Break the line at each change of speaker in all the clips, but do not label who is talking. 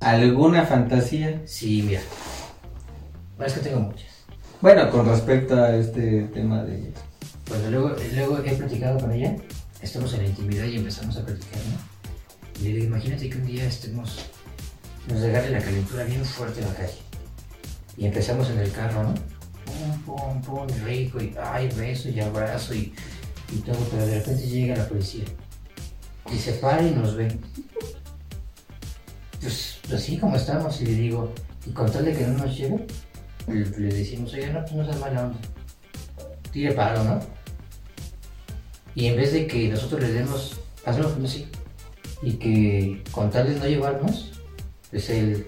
alguna fantasía?
Sí, mira. Bueno, es que tengo muchas.
Bueno, con respecto a este tema de...
Bueno, luego, luego que he platicado con ella, estamos en la intimidad y empezamos a platicar, ¿no? Y le digo, imagínate que un día estemos, nos agarre la calentura bien fuerte en la calle. Y empezamos en el carro, ¿no? Pum, pum, pum, rico, y ay, beso y abrazo y, y todo, pero de repente llega la policía. Y se para y nos ve. Pues así como estamos, y le digo, y con tal de que no nos lleve, le, le decimos, oye, no, pues no seas mala onda. Tire paro, ¿no? Y en vez de que nosotros les demos, hacemos como así, y que con tal de no llevarnos, pues el,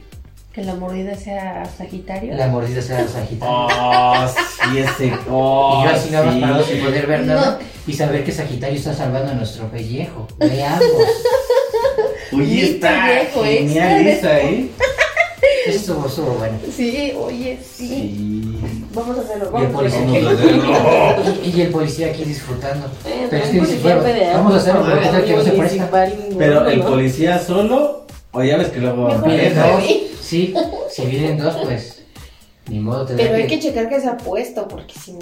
Que la mordida sea Sagitario.
la mordida sea Sagitario.
Oh, sí, ese... Oh,
y yo así nada más
sí.
parado sin poder ver
No.
nada y saber que Sagitario está salvando nuestro pellejo. Veamos.
Oye,
Listo,
está
viejo
genial
extra.
esa, ¿eh?
Eso estuvo, estuvo bueno.
Sí, oye, sí.
Sí.
Vamos a hacerlo, Eh,
Y el
vamos a
policía
hacerlo.
Vamos a hacerlo.
aquí, y el policía aquí disfrutando.
Bueno,
Pero es
un
que dice,
policía
bueno,
pedea,
vamos a hacerlo porque
por
tal que no se
favor,
presta.
sin paringo,
Pero
no,
el
no.
policía solo, o ya ves que luego...
Mejor ¿eh?
aparece.
Vienen
Bueno,
dos,
sí.
sí, si vienen dos, pues ni modo tendrá
Pero hay que checar que sea puesto, porque si no.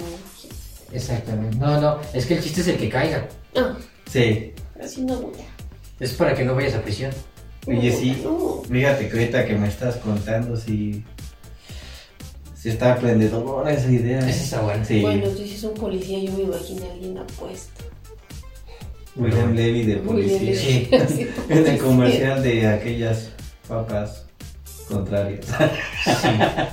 Exactamente. No, no, es que el chiste es el que caiga.
Ah,
Sí.
así no voy a.
Es para que no vayas a prisión.
Oye, sí.
No.
Fíjate que ahorita que me estás contando, si Si está aprendedora esa idea. ¿eh?
Esa está buena.
Sí.
Bueno, tú dices un policía, yo me imagino a alguien apuesto.
William Levy de
William
policía.
Sí.
Así,
En el
policía.
comercial de aquellas papas contrarias.
Sí.